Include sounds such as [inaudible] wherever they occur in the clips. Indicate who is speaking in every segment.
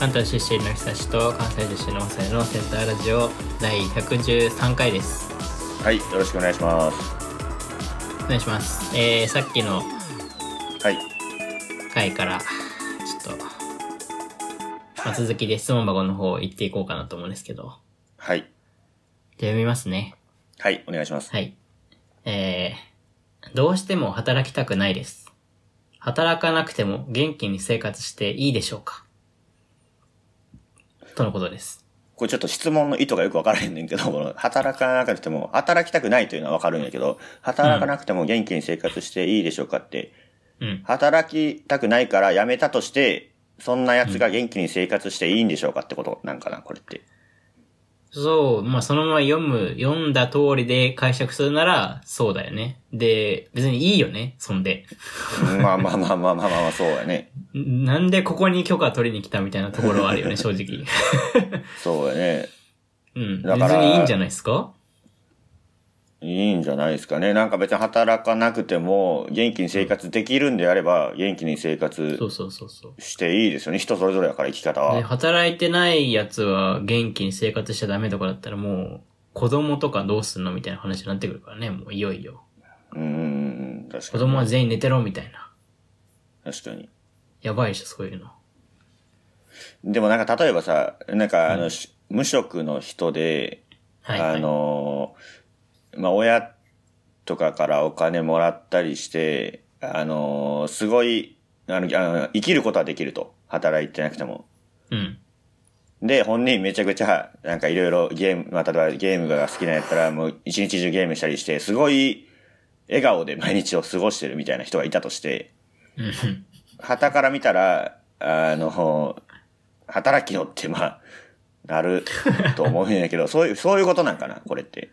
Speaker 1: 東出身の久しと関西出身のまさのセンターラジオ第113回です
Speaker 2: はい、よろしくお願いします。
Speaker 1: お願いします、えー、さっきの
Speaker 2: はい、
Speaker 1: 回からちょっと、まあ、続きで質問箱の方行っていこうかなと思うんですけど
Speaker 2: はい、
Speaker 1: じゃあ読みますね
Speaker 2: はい、お願いします。
Speaker 1: はい。えー、どうしても働きたくないです。働かなくても元気に生活していいでしょうかとのことです。
Speaker 2: これちょっと質問の意図がよくわからへんねんけど、この働かなくても、働きたくないというのはわかるんやけど、働かなくても元気に生活していいでしょうかって、
Speaker 1: うん。
Speaker 2: 働きたくないから辞めたとして、そんな奴が元気に生活していいんでしょうかってことなんかな、これって。
Speaker 1: そう、まあ、そのまま読む、読んだ通りで解釈するなら、そうだよね。で、別にいいよね、そんで。
Speaker 2: うんまあまあまあまあまあまあまあ、そうやね。
Speaker 1: んなんでここに許可取りに来たみたいなところはあるよね、
Speaker 2: [laughs]
Speaker 1: 正直。
Speaker 2: そうやね。
Speaker 1: うん。別
Speaker 2: だから
Speaker 1: にいいんじゃないですか
Speaker 2: いいんじゃないですかね。なんか別に働かなくても、元気に生活できるんであれば、元気に生活
Speaker 1: そうそうそうそう。
Speaker 2: していいですよね。人それぞれやから生き
Speaker 1: で、
Speaker 2: 方は。
Speaker 1: 働いてないやつは元気に生活しちゃダメとかだったらもう、子供とかどうすんのみたいな話になってくるからね、もういよいよ。
Speaker 2: うんうんうん、確
Speaker 1: 子
Speaker 2: かに。
Speaker 1: 供は全員寝てろみたいな。
Speaker 2: 確かに。
Speaker 1: やばいでしょ、そういうの。
Speaker 2: でもなんか例えばさ、なんかあの、し無職の人で、
Speaker 1: はい、はい。
Speaker 2: あのー、まあ、親とかからお金もらったりして、あのー、すごい、あの、あの生きることはできると。働いてなくても。
Speaker 1: うん。
Speaker 2: で、本人めちゃくちゃ、なんかいろいろゲーム、まあ、例えばゲームが好きなんやったら、もう一日中ゲームしたりして、すごい笑顔で毎日を過ごしてるみたいな人がいたとして、
Speaker 1: うん。
Speaker 2: 旗から見たら、あの、働きよって、まあ、なると思うんやけど、 [laughs] そういう、そういうことなんかな、これって。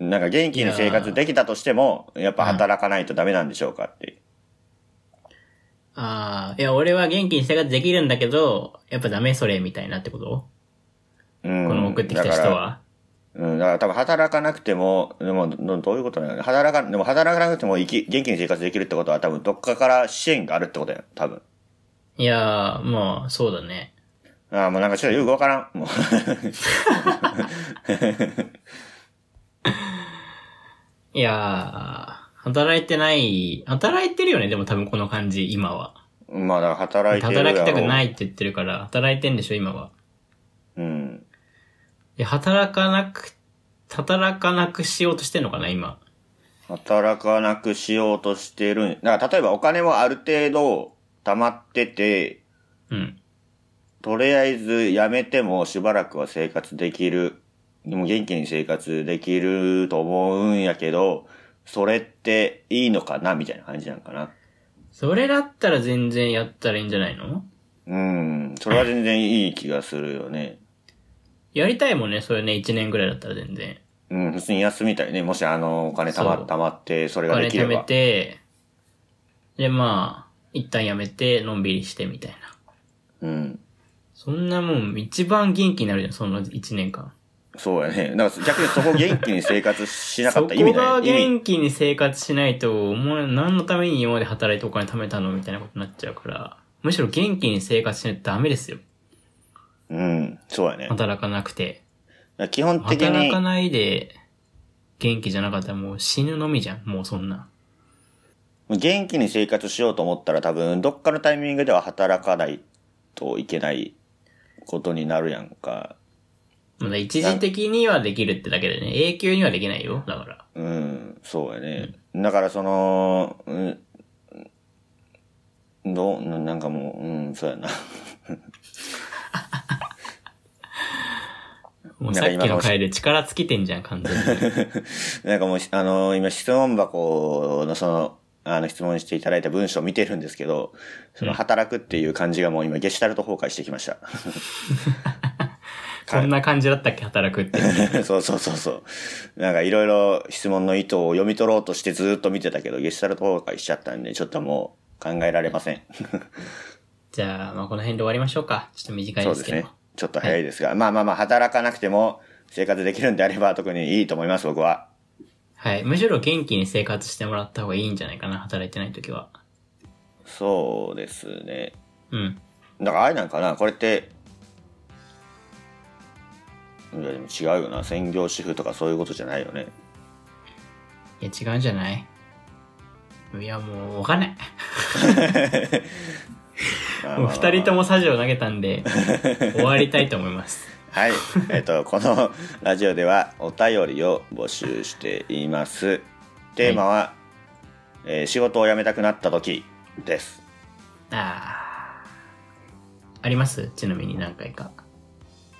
Speaker 2: なんか元気に生活できたとしても、やっぱ働かないとダメなんでしょうかって。
Speaker 1: ああ、いや、俺は元気に生活できるんだけど、やっぱダメそれ、みたいなってこと、
Speaker 2: うん。
Speaker 1: この送ってきた人
Speaker 2: だから。
Speaker 1: は。
Speaker 2: うん、だから多分働かなくても、でも、どどういうことなの働か、でも働かなくても生き、元気に生活できるってことは多分どっかから支援があるってことやん、多分。
Speaker 1: いやー、まあ、そうだね。
Speaker 2: ああ、もうなんかちょっとよくわからん。もう
Speaker 1: いやー、働いてない、働いてるよね、でも多分この感じ、今は。
Speaker 2: [laughs] まあ、だから働いてるやろ
Speaker 1: 働きたくないって言ってるから、働いてんでしょ、今は。
Speaker 2: うん。
Speaker 1: いや、働かなく、働かなくしようとしてんのかな、今。
Speaker 2: 働かなくしようとしてるん。だから例えばお金はある程度貯まってて、
Speaker 1: うん。
Speaker 2: とりあえず辞めてもしばらくは生活できる。でも元気に生活できると思うんやけど、それっていいのかなみたいな感じなんかな。
Speaker 1: それだったら全然やったらいいんじゃないの
Speaker 2: うん。それは全然いい気がするよね。
Speaker 1: やりたいもんね、それね、1年ぐらいだったら全然。
Speaker 2: うん。普通に休みたいね。もしあの、お金貯ま
Speaker 1: そう
Speaker 2: 貯まって、それ
Speaker 1: お
Speaker 2: が
Speaker 1: 金
Speaker 2: できれ
Speaker 1: 貯め
Speaker 2: ば。
Speaker 1: て、で、まあ、一旦やめて、のんびりしてみたいな。
Speaker 2: うん。
Speaker 1: そんなもん、一番元気になるじゃん、その1年間。
Speaker 2: そうやね。だから逆にそこ元気に生活しなか
Speaker 1: そ
Speaker 2: った意味
Speaker 1: こ
Speaker 2: な
Speaker 1: が
Speaker 2: い。意味。
Speaker 1: 元気に生活しないと、お前何のために今まで働いてお金貯めたのみたいなことになっちゃうから、むしろ元気に生活しないとダメですよ。
Speaker 2: うん。そうやね。
Speaker 1: 働かなくて。
Speaker 2: 基本的
Speaker 1: 働
Speaker 2: に
Speaker 1: か、ないで元気じゃなかったらもう死ぬのみじゃん、もうそんな。
Speaker 2: 元気に生活しようと思ったら多分、どっかのタイミングでは働かないといけないことになるやんか。
Speaker 1: まだ一時的にはできるってだけでね、永久にはできないよ、だから。
Speaker 2: うん、そうやね。だからその、うん、どう、ななんかもう、うん、そうやな。 [laughs]
Speaker 1: もうさっきの回で力尽きてんじゃん、完全に。
Speaker 2: なんかもう、あの、今質問箱のその、あの質問していただいた文章を見てるんですけど、その働くっていう感じがもう今ゲシュタルト崩壊してきました。
Speaker 1: こんな感じだったっけ、働くって。 [laughs]
Speaker 2: [laughs] そうそうそうそう。なんかいろいろ質問の意図を読み取ろうとしてずーっと見てたけど、ゲシュタルト崩壊しちゃったんで、ちょっともう考えられません。
Speaker 1: じゃあ、まあこの辺で終わりましょうか。ちょっと短い
Speaker 2: そう
Speaker 1: で
Speaker 2: ですす
Speaker 1: けど
Speaker 2: ね。。ちょっと早いですが、まあまあまあ、働かなくても生活できるんであれば特にいいと思います、僕は。
Speaker 1: はい。むしろ元気に生活してもらった方がいいんじゃないかな、働いてない時は。
Speaker 2: そうですね。
Speaker 1: うん。
Speaker 2: だからあれなんかなこれっていやでも違うよな専業主婦とかそういうことじゃないよね
Speaker 1: いや、違うんじゃないいや、もう、わかん
Speaker 2: [laughs]
Speaker 1: ない。もう二人と
Speaker 2: も
Speaker 1: もサジを投げたんで、終わりたいと思います。
Speaker 2: はい [laughs] えっとこのラジオではお便りを募集していますテーマは、えー仕事を辞めたくなった時です
Speaker 1: あーありますちなみに何回か。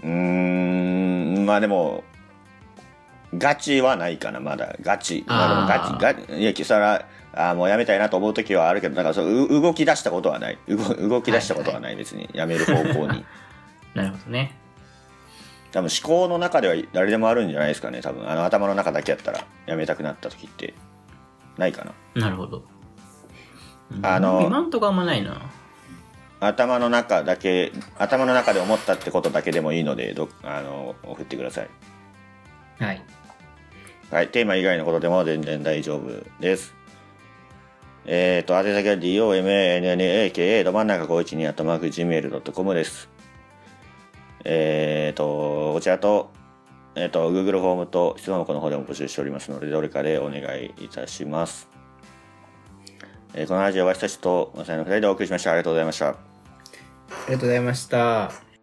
Speaker 2: うーんまあでもガチはないかなまだガチまあ
Speaker 1: あー
Speaker 2: でもガチガチいやキサラあーもうやめたいなと思う時はあるけどだからそうう動き出したことはない動動き出したことはない別にやめる方向 [laughs] に
Speaker 1: なるほどね。
Speaker 2: 多分思考の中では誰でもあるんじゃないですかね多分あの頭の中だけやったらやめたくなった時ってないかな
Speaker 1: なるほど。うん
Speaker 2: あの
Speaker 1: 今んとこあんまないな。
Speaker 2: 頭の中だけ頭の中で思ったってことだけでもいいのでどあの送ってください
Speaker 1: はい。
Speaker 2: はい、テーマ以外のことでも全然大丈夫です。えっ、と、宛先は DOMANNAKA ど真ん中512に atmarkgmail.com です。えっ、と、こちらと、えっ、と、Google フォームと質問箱の方でも募集しておりますので、どれかでお願いいたします。えーこのラジオは私たちと、まさの2人でお送りしました。ありがとうございました。
Speaker 1: ありがとうございました。